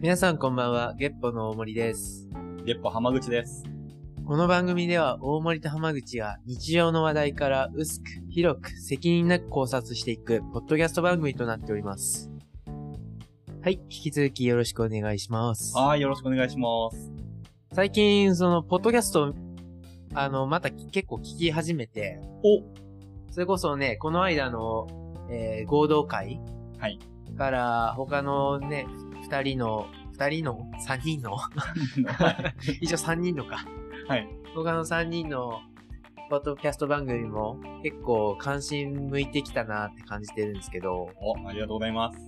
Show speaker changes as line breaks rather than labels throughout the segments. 皆さんこんばんは、ゲッポの大森です。
ゲッポ浜口です。
この番組では大森と浜口が日常の話題から薄く、広く、責任なく考察していく、ポッドキャスト番組となっております。はい、引き続きよろしくお願いします。
はい、よろしくお願いします。
最近、その、ポッドキャスト、あの、また結構聞き始めて、
お
それこそね、この間の、えー合同会
はい
から、他のね、二人の、二人の三人の一応三人のか。
はい。
他の三人の、ポッドキャスト番組も結構関心向いてきたなって感じてるんですけど、
お、ありがとうございます。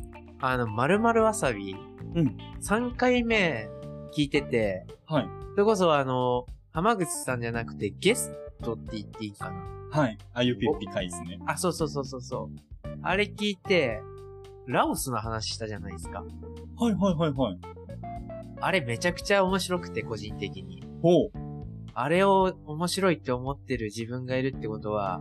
あの、まるまるわさび。
うん。
3回目聞いてて、
はい。
それこそあの、浜口さんじゃなくてゲストって言っていいかな。
はい。あゆぴっぴ回ですね。
あ、そうそうそうそうそう。あれ聞いて、ラオスの話したじゃないですか。
はいはいはいはい。
あれめちゃくちゃ面白くて、個人的に。
ほう。
あれを面白いって思ってる自分がいるってことは、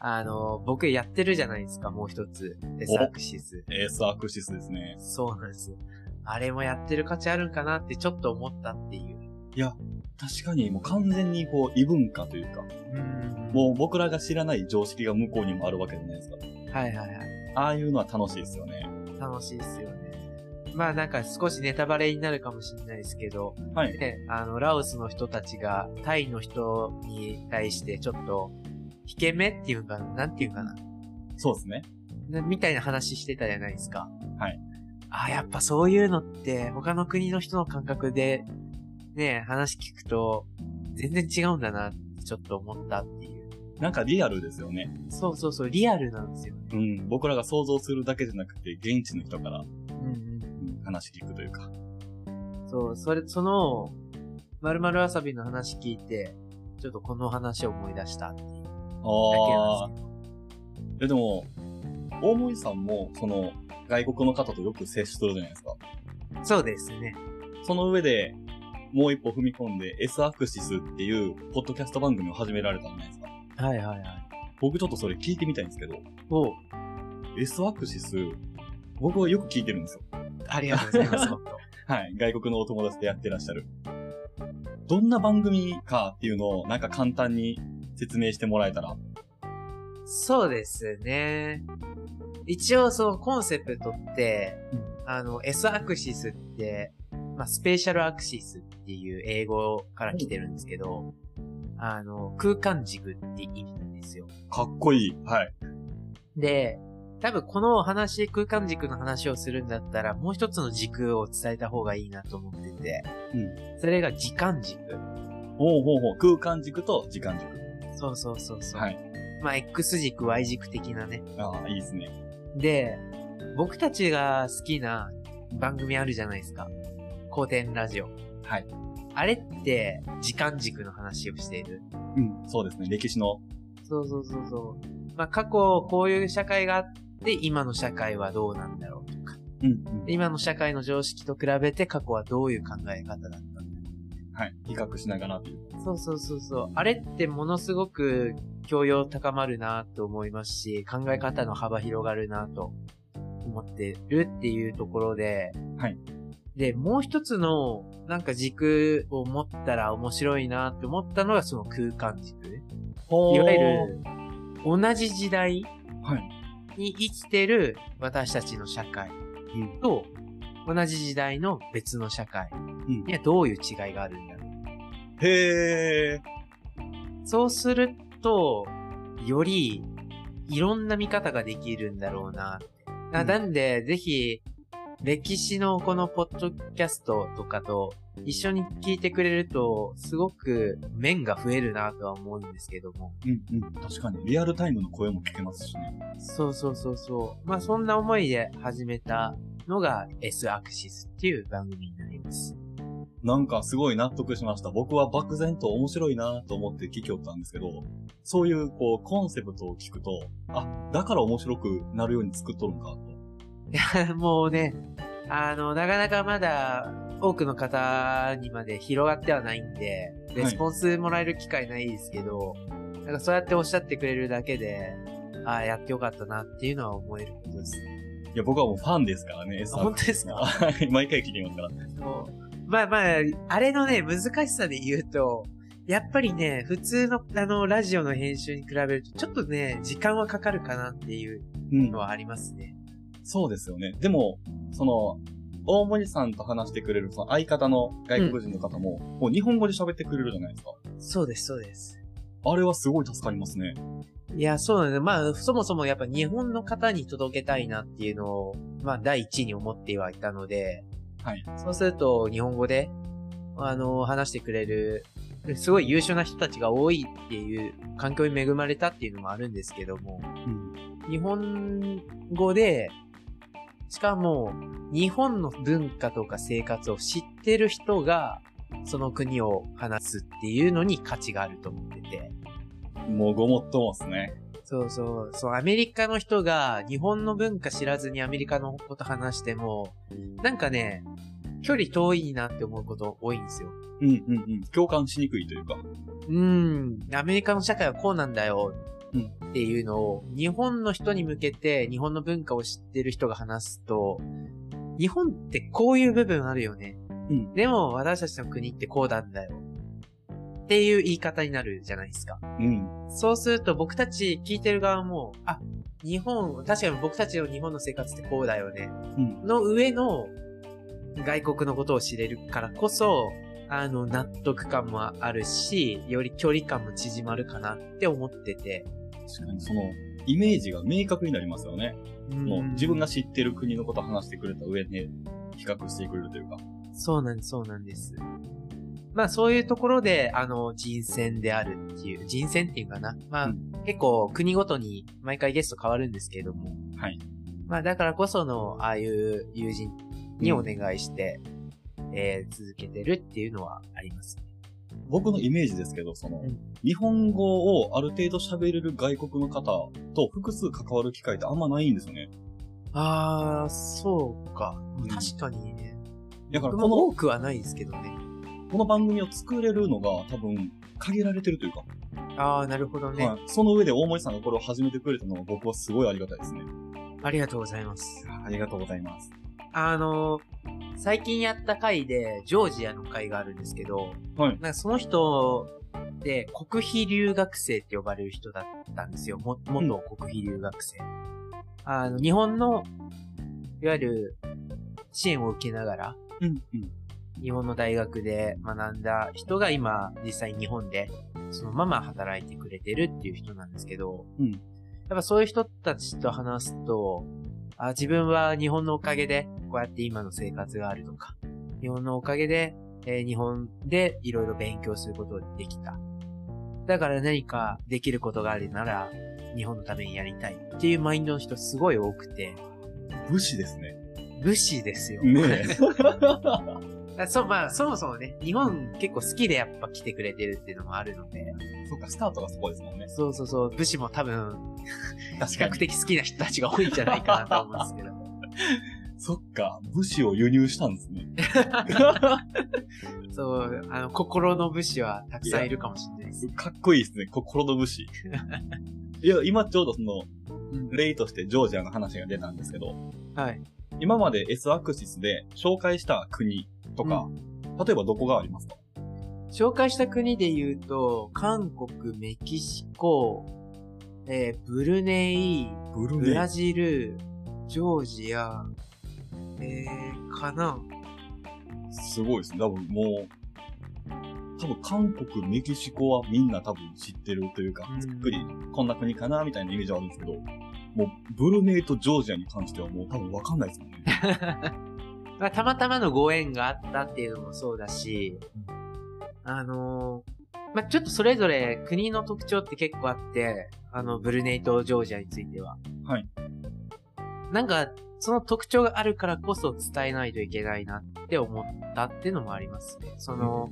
あの、僕やってるじゃないですか、もう一つ。エスアクシス。
エースアクシスですね。
そうなんですよ。あれもやってる価値あるんかなってちょっと思ったっていう。
確かにもう完全にこう異文化というか、
うん
もう僕らが知らない常識が向こうにもあるわけじゃないですか。
はいはいはい。
ああいうのは楽しいですよね。
楽しいですよね。まあなんか少しネタバレになるかもしれないですけど、
はい。
ね、あの、ラオスの人たちが、タイの人に対して、ちょっと、引け目っていうか、なんていうかな、
そうですね。
なみたいな話してたじゃないですか。
はい。
あ、やっぱそういうのって、他の国の人の感覚で、ね、話聞くと、全然違うんだな、ってちょっと思ったっていう。
なんかリアルですよね。
そうそうそう、リアルなんですよね。
うん。僕らが想像するだけじゃなくて、現地の人から、
うん
うん話聞くというか。
うん。そう、それ、その、まるまるわさびの話聞いて、ちょっとこの話を思い出したっていうだけ
ああ
なん。ですけど。
え、でも、大森さんも、その、外国の方とよく接触するじゃないですか。
そうですね。
その上で、もう一歩踏み込んで、S アクシスっていう、ポッドキャスト番組を始められたじゃないですか。
はいはいはい。
僕ちょっとそれ聞いてみたいんですけど、
おう
S アクシス、僕はよく聞いてるんですよ。
ありがとうございます、本当。
はい。外国のお友達でやってらっしゃる。どんな番組かっていうのを、なんか簡単に説明してもらえたら。
そうですね。一応、そう、コンセプトって、あの、S アクシスって、まあ、スペーシャルアクシスっていう英語から来てるんですけど、あの、空間軸って意味なんですよ。
かっこいい。はい。
で、多分このお話、空間軸の話をするんだったら、もう一つの軸を伝えた方がいいなと思ってて、それが時間軸。
ほうほうほう。空間軸と時間軸。
そうそうそうそう。
はい。
まあ、X 軸、Y 軸的なね。
ああ、いいですね。
で、僕たちが好きな番組あるじゃないですか。古典ラジオ。
はい。
あれって、時間軸の話をしている。
うん。そうですね。歴史の。
そうそうそうそう。まあ、過去、こういう社会があって、今の社会はどうなんだろうとか。
うん。
今の社会の常識と比べて、過去はどういう考え方だったんだろ
はい。比較しながらという。
う。そうそうそうそう。あれってものすごく教養高まるなと思いますし、考え方の幅広がるなと思ってるっていうところで、
はい。
で、もう一つの、なんか軸を持ったら面白いなって思ったのがその空間軸。いわゆる、同じ時代
はい。
に生きてる私たちの社会
うん
と、同じ時代の別の社会
うん
にはどういう違いがあるんだろ
へえ。
う。そうすると、より、いろんな見方ができるんだろうな。な
うん
なんで、ぜひ、歴史のこのポッドキャストとかと一緒に聞いてくれると、すごく面が増えるなとは思うんですけども。
うんうん。確かに。リアルタイムの声も聞けますしね。
そうそうそうそう。まあそんな思いで始めたのが S アクシスっていう番組になります。
なんかすごい納得しました。僕は漠然と面白いなと思って聞きおったんですけど、そういうこうコンセプトを聞くと、あ、だから面白くなるように作っとるんかと。
もうね、あの、なかなかまだ多くの方にまで広がってはないんで、レスポンスもらえる機会ないですけど、なんかそうやっておっしゃってくれるだけで、ああ、やってよかったなっていうのは思えることですね。
いや、僕はもうファンですからね、S
本当ですか
はい毎回聞いてますから。
もうまあまあ、あれのね、難しさで言うと、やっぱりね、普通の、あの、ラジオの編集に比べると、ちょっとね、時間はかかるかなっていう
うん
の。はありますね。
そうですよね。でも、その、大森さんと話してくれる、その相方の外国人の方も、もう日本語で喋ってくれるじゃないですか。
そうです、そうです。
あれはすごい助かりますね。
いや、そうなんです。まあ、そもそもやっぱ日本の方に届けたいなっていうのを、まあ、第一に思ってはいたので、
はい。
そうすると、日本語で、あの、話してくれる、すごい優秀な人たちが多いっていう、環境に恵まれたっていうのもあるんですけども、日本語で、しかも、日本の文化とか生活を知ってる人が、その国を話すっていうのに価値があると思ってて。
もうごもっともですね。
そうそう、そう、アメリカの人が日本の文化知らずにアメリカのこと話しても、なんかね、距離遠いなって思うこと多いんですよ。
うんうんうん。共感しにくいというか。
うーん、アメリカの社会はこうなんだよ
うん、
っていうのを、日本の人に向けて、日本の文化を知ってる人が話すと、日本ってこういう部分あるよね。
うん
でも、私たちの国ってこうなんだよ。っていう言い方になるじゃないですか。
うん。
そうすると僕たち聞いてる側も、あ、日本、確かに僕たちの日本の生活ってこうだよね。
うん。
の上の外国のことを知れるからこそ、あの、納得感もあるし、より距離感も縮まるかなって思ってて。
確かにその、イメージが明確になりますよね。もう自分が知ってる国のことを話してくれた上で、比較してくれるというか。
そうなんです、そうなんです。まあそういうところで、あの、人選であるっていう、人選っていうかな。まあ、
う
結構国ごとに毎回ゲスト変わるんですけれども。
はい。
まあだからこその、ああいう友人にお願いして、えー続けてるっていうのはあります。
僕のイメージですけど、その、
うん
日本語をある程度喋れる外国の方と複数関わる機会ってあんまないんですよね。
あー、そうか。
うん
確かにね。
だから
僕
こ
も多
の、
くはないですけどね。
この番組を作れるのが多分限られてるというか、
あー、なるほどね。
はい、その上で大森さんがこれを始めてくれたのは僕はすごいありがたいですね。
ありがとうございます。
ありがとうございます。
あの、最近やった回で、ジョージアの回があるんですけど、
はい
なんかその人で国費留学生って呼ばれる人だったんですよ。も元国費留学生。あの、日本の、いわゆる、支援を受けながら、
うん、うん。
日本の大学で学んだ人が今、実際日本で、そのまま働いてくれてるっていう人なんですけど、
うん
やっぱそういう人たちと話すと、あ自分は日本のおかげで、こうやって今の生活があるとか、日本のおかげで、えー日本でいろいろ勉強することができた。だから何かできることがあるなら、日本のためにやりたいっていうマインドの人すごい多くて、
武士ですね。
武士ですよ。
ねえ。
あそう、まあ、そもそもね、日本結構好きでやっぱ来てくれてるっていうのもあるので、
そっか、スタートがそこですもんね。
そうそうそう、武士も多分、比
確
較。的好きな人たちが多いんじゃないかなと思うんです けど。
そっか、武士を輸入したんですね。
そう、あの、心の武士はたくさんいるかもしれないです。
かっこいいですね、心の武 士。いや、今ちょうどその、
うん
例としてジョージアの話が出たんですけど、
はい。
今まで S アクシスで紹介した国とか、例えばどこがありますか
紹介した国で言うと、韓国、メキシコ、えーブルネイ、
ブル
ブラジル、ジョージア、えー、かな。
すごいですね。多分もう、多分韓国、メキシコはみんな多分知ってるというか
う、ん
ざっくり、こんな国かなみたいなイメージはあるんですけど、もう、ブルネイとジョージアに関してはもう多分わかんないですもんね。
まあ、たまたまのご縁があったっていうのもそうだし、あのーまあ、ちょっとそれぞれ国の特徴って結構あって、あの、ブルネイとジョージアについては。
はい。
なんか、その特徴があるからこそ伝えないといけないなって思ったっていうのもありますね。その、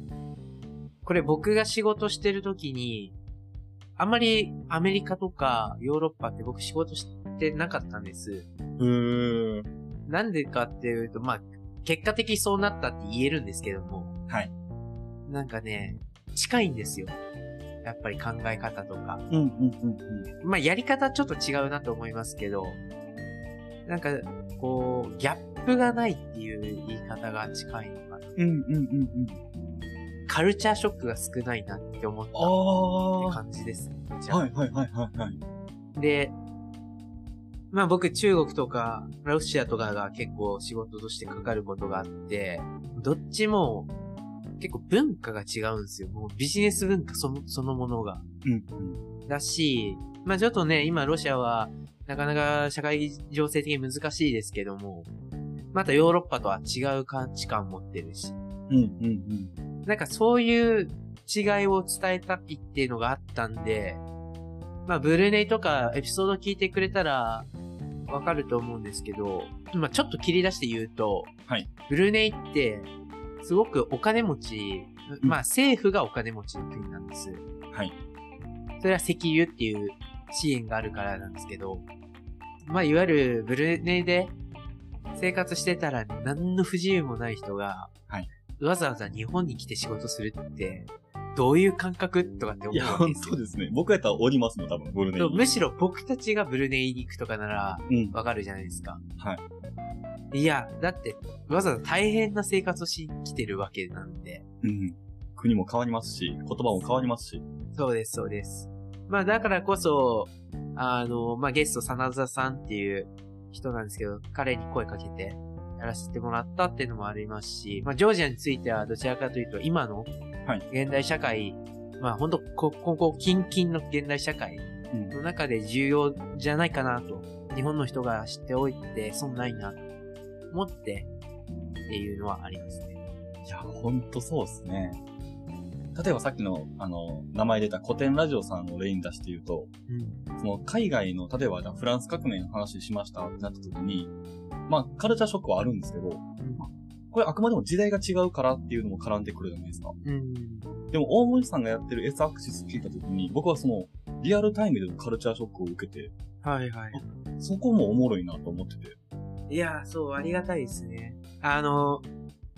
これ僕が仕事してる時に、あんまりアメリカとかヨーロッパって僕仕事してなかったんです。
うーん。
なんでかっていうと、まあ、結果的にそうなったって言えるんですけども。
はい。
なんかね、近いんですよ。やっぱり考え方とか。
うん、うん、うん、うん。
まあ、やり方ちょっと違うなと思いますけど、なんか、こう、ギャップがないっていう言い方が近いのかな。
うんうんうんうん。
カルチャーショックが少ないなって思っ
あ
たっ
あ。
て
は
感じですね。
い
じゃあ
はいはいはいはい。
で、まあ僕中国とかロシアとかが結構仕事としてかかることがあって、どっちも結構文化が違うんですよ。もうビジネス文化そのそのものが。
うんうん。
だし、まあちょっとね、今ロシアはなかなか社会情勢的に難しいですけども、またヨーロッパとは違う価値観持ってるし、
うんうん
なんかそういう違いを伝えたいっていうのがあったんで、まあブルーネイとかエピソード聞いてくれたらわかると思うんですけど、まあちょっと切り出して言うと、
はい
ブルーネイってすごくお金持ち、
うん
まあ政府がお金持ちの国なんです。
うん。はい。
それは石油っていう支援があるからなんですけど、まあ、いわゆるブルネイで生活してたら何の不自由もない人が、
はい
わざわざ日本に来て仕事するって、どういう感覚とかって
い
思う
や、
わけ
本
です
当
よ。
ですね。僕やったら降りますもん、多分、ブルネイ。
むしろ僕たちがブルネイに行くとかなら
うん。
わかるじゃないですか。。
はい
いや、だってわざわざ大変な生活をしに来てるわけなんで。
うん。国も変わりますし、言葉も変わりますし。
そうです、そうです。まあ、だからこそ、あの、まあ、ゲスト、真田さんっていう人なんですけど、彼に声かけてやらせてもらったっていうのもありますし、まあ、ジョージアについてはどちらかというと、今の
はい、
現代社会、まあ、ほんと、こ、ここ、近々の現代社会
うん
の中で重要じゃないかなと、日本の人が知っておいて損ないなと思って、っていうのはありますね。
いや、ほんとそうですね。例えばさっきの、あの、名前出た古典ラジオさんを例に出して言うと、
うん。
その海外の、例えばじゃあフランス革命の話しましたってなった時に、まあ、カルチャーショックはあるんですけど、これあくまでも時代が違うからっていうのも絡んでくるじゃないですか。
うん。
でも、大森さんがやってる S アクシス聞いた時に、僕はその、リアルタイムでのカルチャーショックを受けて、
はいはい。
そこもおもろいなと思ってて。
いやー、そう、ありがたいですね。あの、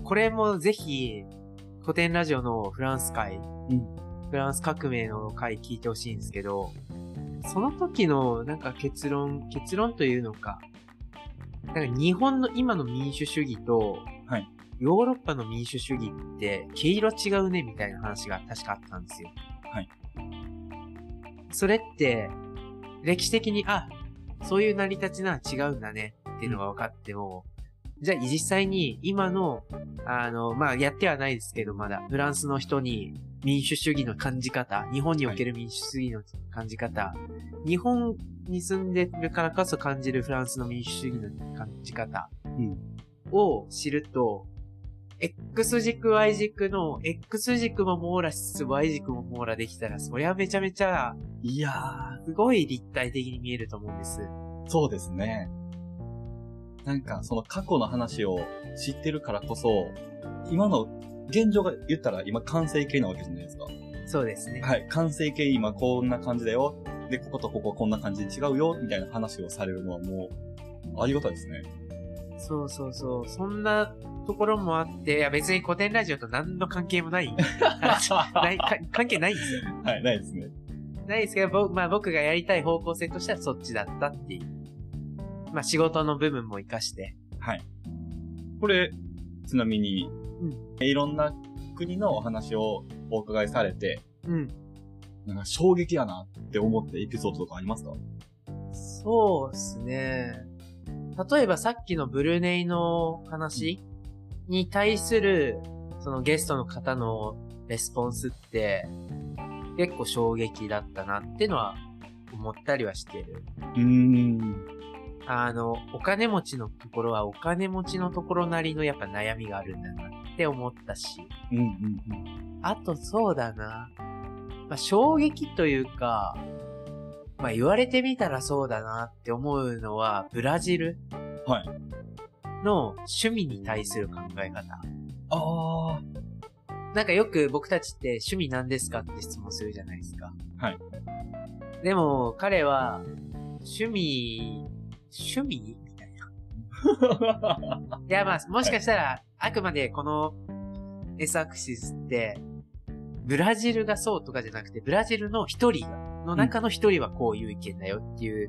これもぜひ、古典ラジオのフランス会、フランス革命の会聞いてほしいんですけど、その時のなんか結論、結論というのか、なんか日本の今の民主主義と、
はい
ヨーロッパの民主主義って毛色違うねみたいな話が確かあったんですよ。
はい
それって、歴史的に、あ、そういう成り立ちなら違うんだねっていうのが分かっても、じゃあ実際に今の、あの、まあ、やってはないですけど、まだ、フランスの人に民主主義の感じ方、日本における民主主義の感じ方、日本に住んでるからこそ感じるフランスの民主主義の感じ方
うん
を知ると、X 軸、Y 軸の、X 軸も網羅しつつ、Y 軸も網羅できたら、そりゃめちゃめちゃ、
いや
すごい立体的に見えると思うんです。
ー、そうですね。なんか、その過去の話を知ってるからこそ、今の、現状が言ったら今完成形なわけじゃないですか。
そうですね。
はい、完成形今こんな感じだよ。で、こことこここんな感じで違うよ、みたいな話をされるのはもう、ありがたいです ね。
そうそうそう。そんなところもあって、いや別に古典ラジオと何の関係も ない。な
はい
か関係ないんですよ。
い、ないですね。
ないですけど、僕,、まあ、僕がやりたい方向性としてはそっちだったっていう。まあ仕事の部分も活かして。
はい。これ、ちなみに、いろんな国のお話をお伺いされて、
うん。
なんか衝撃やなって思ったエピソードとかありますか
そうですね。例えばさっきのブルネイの話に対する、そのゲストの方のレスポンスって、結構衝撃だったなってのは思ったりはしてる。
うーん。
あの、お金持ちのところはお金持ちのところなりのやっぱ悩みがあるんだなって思ったし、
うんうんうん。
あとそうだな。まあ、衝撃というか、まあ、言われてみたらそうだなって思うのは、ブラジル
はい
の趣味に対する考え方。
あ
なんかよく僕たちって趣味なんですかって質問するじゃないですか。
はい。
でも彼は、趣味、趣味
ー。
いや、まあ、もしかしたら、あくまでこの S アクシスって、ブラジルがそうとかじゃなくて、ブラジルの一人が、の中の一人はこういう意見だよっていう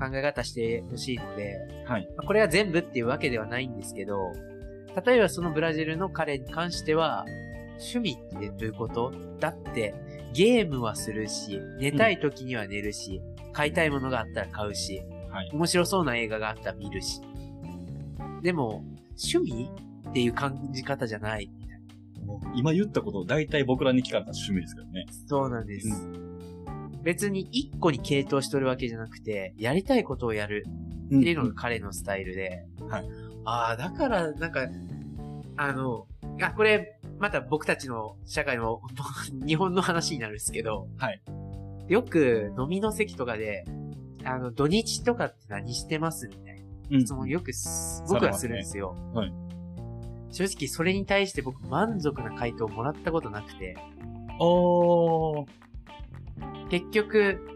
考え方してほしいので、
はい
まあこれは全部っていうわけではないんですけど、例えばそのブラジルの彼に関しては、趣味ってどういうことだって、ゲームはするし、寝たい時には寝るし、買いたいものがあったら買うし、
はい
面白そうな映画があったら見るし。でも、趣味っていう感じ方じゃない。
もう今言ったこと、大体僕らに聞かれた趣味ですけどね。
そうなんです。別に一個に傾倒しとるわけじゃなくて、やりたいことをやる
う
っていうのが彼のスタイルで。
はい
ああ、だから、なんか、あの、あ、これ、また僕たちの社会の 日本の話になるんですけど、
はい
よく飲みの席とかで、あの、土日とかって何してますみたいな。
うん
質問よくす僕はするんですよ。
はい
正直それに対して僕満足な回答をもらったことなくて、
おー。
結局、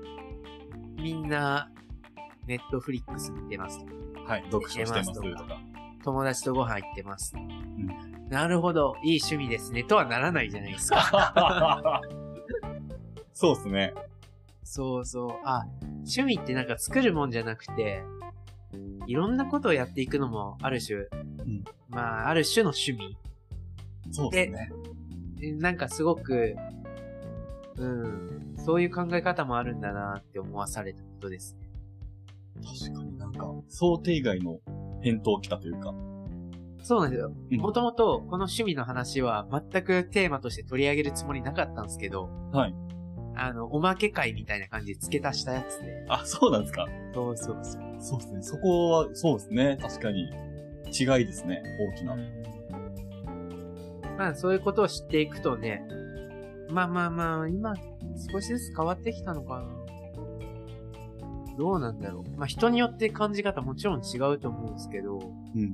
みんな、ネットフリックス見てます。
はい。読書してますと
してますと
か。
友達とご飯行ってます。
ん
なるほど、いい趣味ですね。とはならないじゃないです か。
そうですね。
そうそう。あ、趣味ってなんか作るもんじゃなくて、いろんなことをやっていくのも、ある種、
ん
まあ、ある種の趣味
そうですね。
なんかすごく、うん、そういう考え方もあるんだなって思わされたことです。
確かになんか、想定外の返答来たというか。
そうなんですよ。
うん
もともとこの趣味の話は全くテーマとして取り上げるつもりなかったんですけど、
はい。
あの、おまけ会みたいな感じで付け足したやつで。
あ、そうなんですか。
そうそうそう。
そうですね。そこは、そうですね。確かに。違いですね。大きな。
まあ、そういうことを知っていくとね、まあまあまあ、今、少しずつ変わってきたのかな。どうなんだろう。まあ、人によって感じ方もちろん違うと思うんですけど、
うん。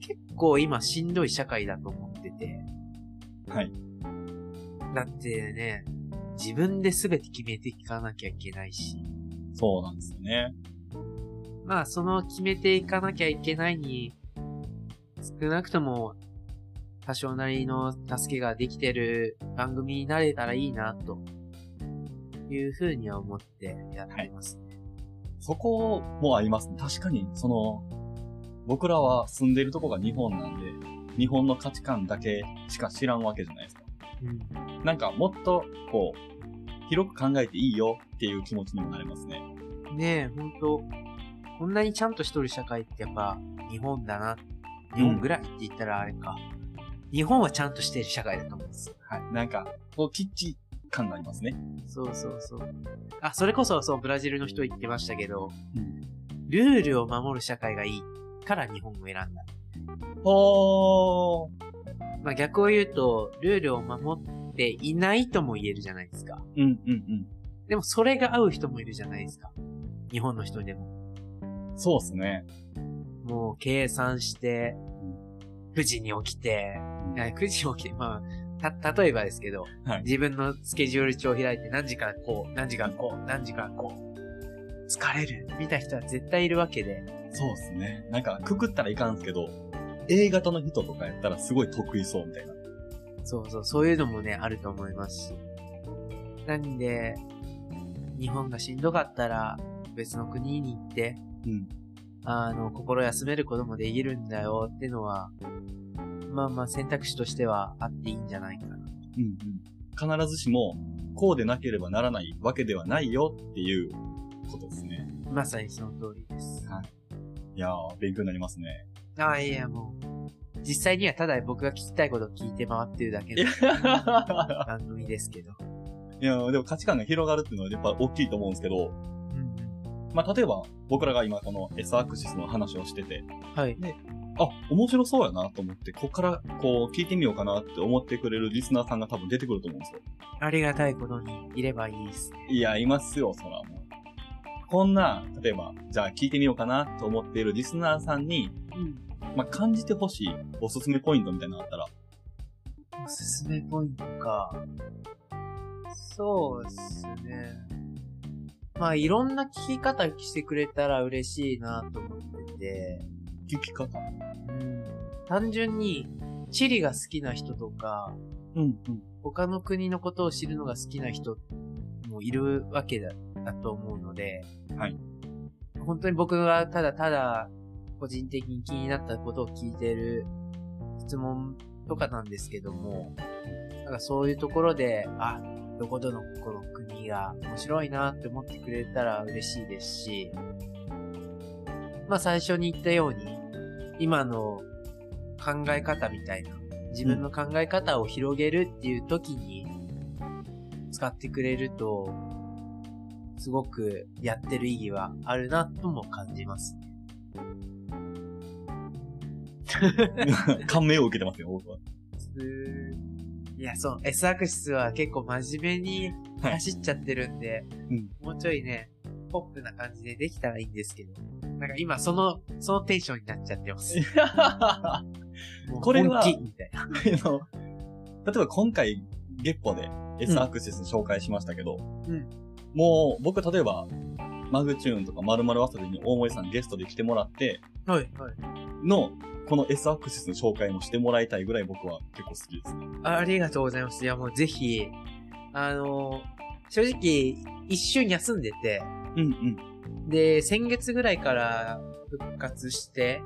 結構今しんどい社会だと思ってて。
はい。
だってね、自分で全て決めていかなきゃいけないし。
そうなんですよね。
まあその決めていかなきゃいけないに、少なくとも多少なりの助けができてる番組になれたらいいな、というふうには思ってやってます。
そこもありますね。確かに、その、僕らは住んでいるとこが日本なんで、日本の価値観だけしか知らんわけじゃないですか。
うん
なんか、もっと、こう、広く考えていいよっていう気持ちにもなれますね。
ねえ、ほんと、こんなにちゃんとしとる社会ってやっぱ日本だな。日本ぐらいって言ったらあれか。日本はちゃんとしてる社会だと思うんですよ。
はい。なんか、こう、キッチ感がありますね。
そうそうそう。あ、それこそそう、ブラジルの人言ってましたけど、
うん
ルールを守る社会がいいから日本を選んだ。
おー。
まあ逆を言うと、ルールを守っていないとも言えるじゃないですか。
うんうん
でもそれが合う人もいるじゃないですか。日本の人でも。
うん。そうですね。
もう計算して、9時に起きて、あ9時起きて、まあ、た、例えばですけど、
はい
自分のスケジュール帳を開いて何時からこう、何時からこう、何時からこう、疲れる、見た人は絶対いるわけで、
そうですね。なんか、くくったらいかんすけど、A 型の人とかやったらすごい得意そうみたいな。
そうそう、そういうのもね、あると思いますし。なんで、日本がしんどかったら、別の国に行って、
うん。
あの、心休めることもできるんだよってのは、まあまあ選択肢としてはあっていいんじゃないかな。
うんうん。必ずしも、こうでなければならないわけではないよっていうことですね。
まさにその通りです。
いやー、勉強になります ね。
ああ、いや、もう、実際にはただ僕が聞きたいことを聞いて回ってるだけ
いや
の番組ですけど。
いやーでも価値観が広がるっていうのはやっぱ大きいと思うんですけど、
うん
まあ、例えば、僕らが今この S アクシスの話をしてて、
うんはい。
あ、面白そうやなと思って、こっからこう聞いてみようかなって思ってくれるリスナーさんが多分出てくると思うんですよ。
ありがたいことにいればいいですね。
いや、いますよ、そらもう。こんな、例えば、じゃあ聞いてみようかなと思っているリスナーさんに、
うん。
まあ、感じてほしいおすすめポイントみたいなのあったら、
おすすめポイントか。そうっすね。まあ、いろんな聞き方してくれたら嬉しいなと思ってて。
聞き方。
うん単純に、地理が好きな人とか、
うん、うん。
他の国のことを知るのが好きな人もいるわけだだと思うので、
はい
本当に僕がただただ個人的に気になったことを聞いてる質問とかなんですけども、なんかそういうところで、あ、どこどのこの国が面白いなって思ってくれたら嬉しいですし、まあ最初に言ったように、今の考え方みたいな、自分の考え方を広げるっていう時に使ってくれると、すごくやってる意義はあるなとも感じます。
感銘を受けてますよ、僕は。
いや、そう、S アクシスは結構真面目に
はい
走っちゃってるんで、
うん
もうちょいね、ポップな感じでできたらいいんですけど、なんか今その、そのテンションになっちゃってます。もう
これは
本気みたいな。
あの、例えば今回、月歩で
う
S
ん
アクセス紹介しましたけど、
うん
もう僕例えば、マグチューンとかまるまるわさびに大森さんゲストで来てもらって
はい、はい。
の、この S アクセスの紹介もしてもらいたいぐらい僕は結構好きですね。
あありがとうございます。いや、もうぜひ、あの、正直、一瞬休んでて、
うんうん。
で、先月ぐらいから復活して、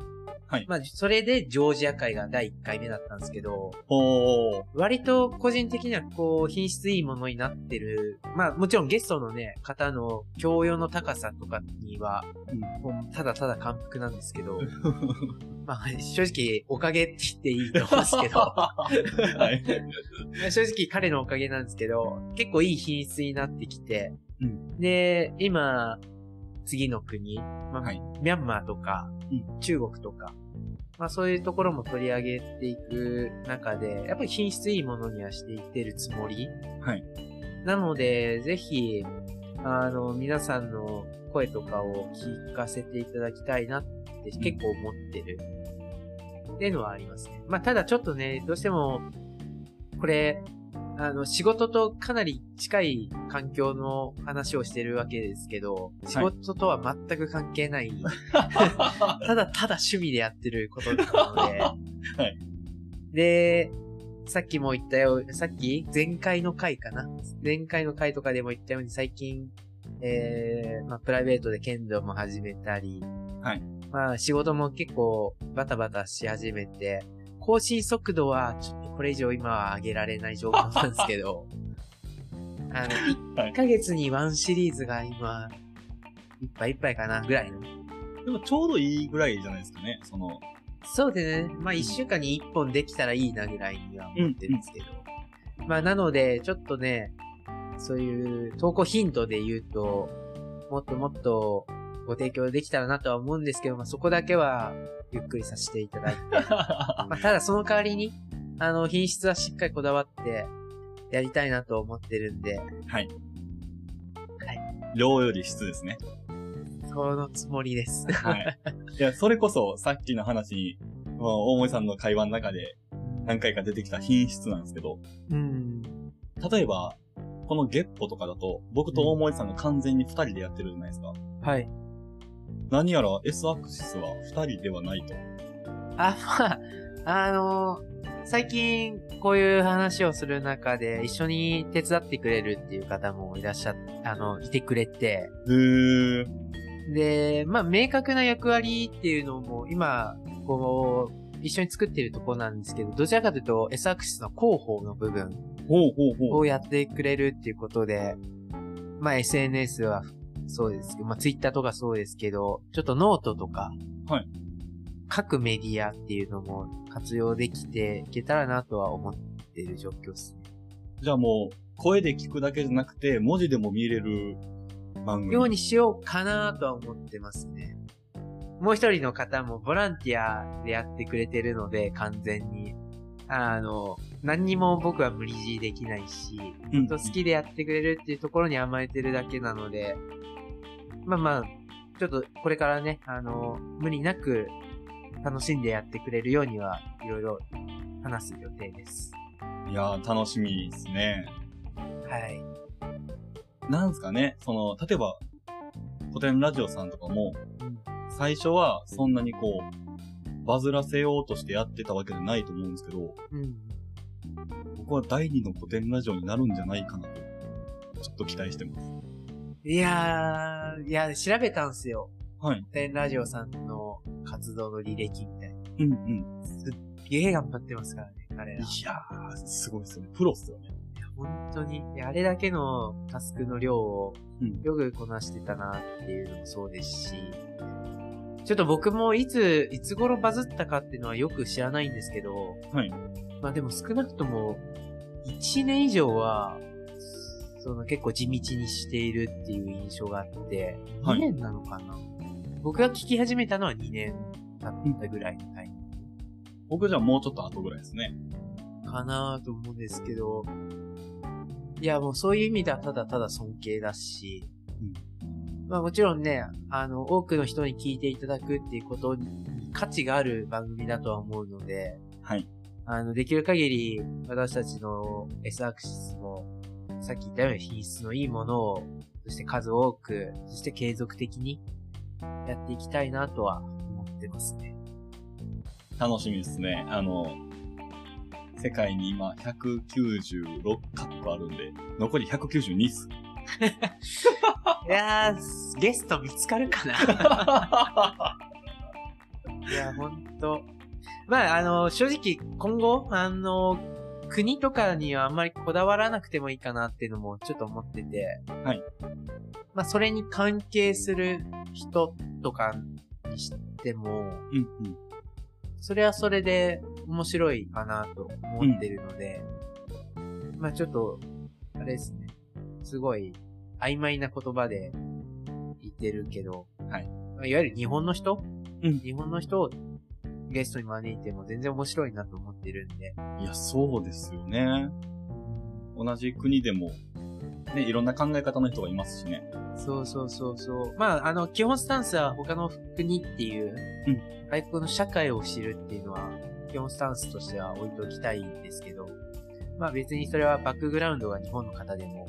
はい
まあ、それでジョージア会が第1回目だったんですけど、
おー。
割と個人的にはこう、品質いいものになってる。まあ、もちろんゲストのね、方の教養の高さとかには、
うん
もうただただ感服なんですけ ど、まあ、正直、おかげって言っていいと思うんですけど、
はい。
正直彼のおかげなんですけど、結構いい品質になってきて、
うん
で、今、次の国、まあ
はい
ミャンマーとか、
う
中国とか、まあそういうところも取り上げていく中で、やっぱり品質いいものにはしていってるつもり。
はい
なので、ぜひ、あの、皆さんの声とかを聞かせていただきたいなって結構思ってる。っていうのはありますね。まあただちょっとね、どうしても、これ、あの、仕事とかなり近い環境の話をしてるわけですけど、仕事とは全く関係 ない、ただただ趣味でやってることなので、
はい
で、さっきも言ったよう、さっき前回の回かな前回の回とかでも言ったように最近、えー、まあ、プライベートで剣道も始めたり、
はい
まあ、仕事も結構バタバタし始めて、更新速度はちょっとこれ以上今は上げられない状況なんですけ ど、あの、
はい
1ヶ月に1シリーズが今、いっぱいいっぱいかなぐらいの。
でもちょうどいいぐらいじゃないですかね。そ の、
そうですね。まあ、1週間に1本できたらいいなぐらいには思ってるんですけど。まあ、なので、ちょっとね、そういう投稿ヒントで言うと、もっともっとご提供できたらなとは思うんですけど、まあ、そこだけはゆっくりさせていただいて。まあ、ただその代わりに、あの、品質はしっかりこだわって、やりたいなと思ってるんで、
量より質ですね。
そのつもりです。
はい。いや、それこそさっきの話に、まあ大森さんの会話の中で何回か出てきた品質なんですけど、
うん。
例えば、この月歩とかだと、僕と大森さんが完全に二人でやってるじゃないですか。
はい。
何やら S アクシスは二人ではないと。
あ、まあ、あの最近こういう話をする中で一緒に手伝ってくれるっていう方もいらっしゃっ、あの、いてくれて、
へー。
で、まあ、明確な役割っていうのも今、こう、一緒に作ってるところなんですけど、どちらかというと S アクシスの広報の部分
ほうほうほう。
をやってくれるっていうことで、まあ SNS はそうですけど、まあ Twitter とかそうですけど、ちょっとノートとか、
はい
各メディアっていうのも活用できていけたらなとは思ってる状況ですね。
じゃあもう、声で聞くだけじゃなくて、文字でも見れる番組。
ようにしようかなとは思ってますね。もう一人の方もボランティアでやってくれてるので、完全に。あの、何にも僕は無理強いできないし、
うん、
と好きでやってくれるっていうところに甘えてるだけなので、まあまあ、ちょっとこれからね、あの、無理なく楽しんでやってくれるようにはいろいろ話す予定です。
いやー、楽しみですね。
はい。
なんすかね、その、例えば、古典ラジオさんとかも、
うん
最初はそんなにこう、バズらせようとしてやってたわけじゃないと思うんですけど、
うん。
僕は第二の古典ラジオになるんじゃないかなと、ちょっと期待してます。
いやー、いや、調べたんすよ。
はい。
天ラジオさんの活動の履歴みたいな。
うんうん。
すっげえ頑張ってますからね、彼ら。
いやー、すごいですよね。プロっすよね。
本当に。いやあれだけのタスクの量を
うん
よくこなしてたなっていうのもそうですし、ちょっと僕もいつ、いつ頃バズったかっていうのはよく知らないんですけど、
はい。
まあでも少なくとも、1年以上は、その結構地道にしているっていう印象があって、
は
2
い
年なのかな、僕が聞き始めたのは2年経ったぐらいのタイミン
僕じゃあもうちょっと後ぐらいですね。
グかなと思うんですけど、いやもうそういう意味ではただただ尊敬だし、まあもちろんね、あの、多くの人に聞いていただくっていうことに価値がある番組だとは思うので、
はい。
あの、できる限り、私たちの S アクシスも、さっき言ったように品質のいいものを、そして数多く、そして継続的にやっていきたいなとは思ってますね。
楽しみですね。あの、世界に今196カップあるんで、残り192っす。
いやー、ゲスト見つかるかな いや、ほんと。まあ、あの、正直、今後、あの、国とかにはあんまりこだわらなくてもいいかなっていうのもちょっと思ってて。
はい。
まあ、それに関係する人とかにしても、
うんうん。
それはそれで面白いかなと思ってるので、まあちょっと、あれですね、すごい曖昧な言葉で言ってるけど、
はい
まあいわゆる日本の人、
うん
日本の人をゲストに招いても全然面白いなと思ってるんで、
いや、そうですよね。同じ国でも、ね、いろんな考え方の人がいますしね。
そうそうそうそう。まあ、あの、基本スタンスは他の国っていう、
うん
外国の社会を知るっていうのは、基本スタンスとしては置いておきたいんですけど、まあ別にそれはバックグラウンドが日本の方でも、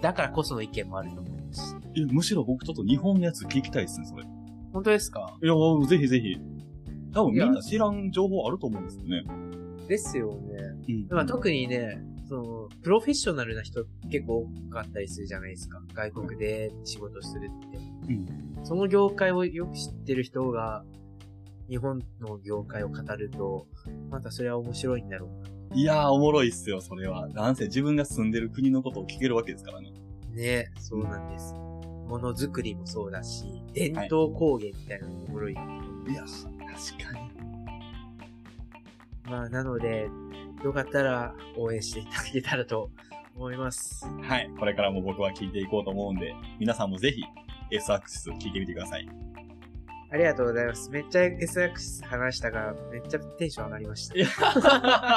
だからこその意見もあると思うし。
え、むしろ僕ちょっと日本のやつ聞きたいですね、それ。い
本当ですか
や、ぜひぜひ。多分みん
い
な
や
知らん情報あると思うんですよね。
ですよね。
うん
まあ特にね、その、プロフェッショナルな人結構多かったりするじゃないですか。外国で仕事するって。その業界をよく知ってる人が、日本の業界を語ると、またそれは面白いんだろうない
やー、おもろいっすよ、それは。なんせ自分が住んでる国のことを聞けるわけですからね。。
ね、そうなんです。ものづくりもそうだし、伝統工芸みたいなのもおもろい。
いや、確かに。
まあ、なので、よかったら応援していただけたらと思います。
はい。これからも僕は聞いていこうと思うんで、皆さんもぜひ S アクシス聞いてみてくだ さい。
ありがとうございます。めっちゃ S アクシス話したから、めっちゃテンション上がりました。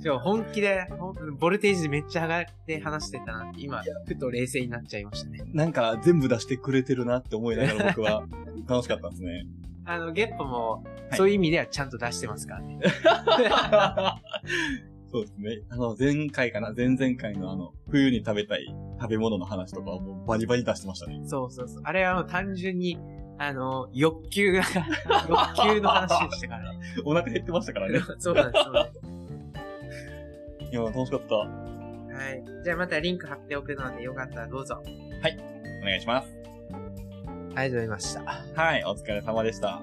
しかも本気で、ほんボルテージめっちゃ上がって話してたなって、今、ふと冷静になっちゃいましたね。
なんか全部出してくれてるなって思いながら僕は楽しかったんですね。
あの、ゲッポも、
い
そういう意味ではちゃんと出してますからね。
そうですね。あの、前回かな前々回のあの、冬に食べたい食べ物の話とかをもうバリバリ出してましたね。
そうそうそう。あれはもう単純に、あの、欲求が、欲求の話でしたからね。
お腹減ってましたからね。
そう なんです、そうなんで
いや、楽しかった。お
す。はい。じゃあまたリンク貼っておくので、よかったらどうぞ。あり
願いします。
がとうございました。
はい、お疲れ様でした。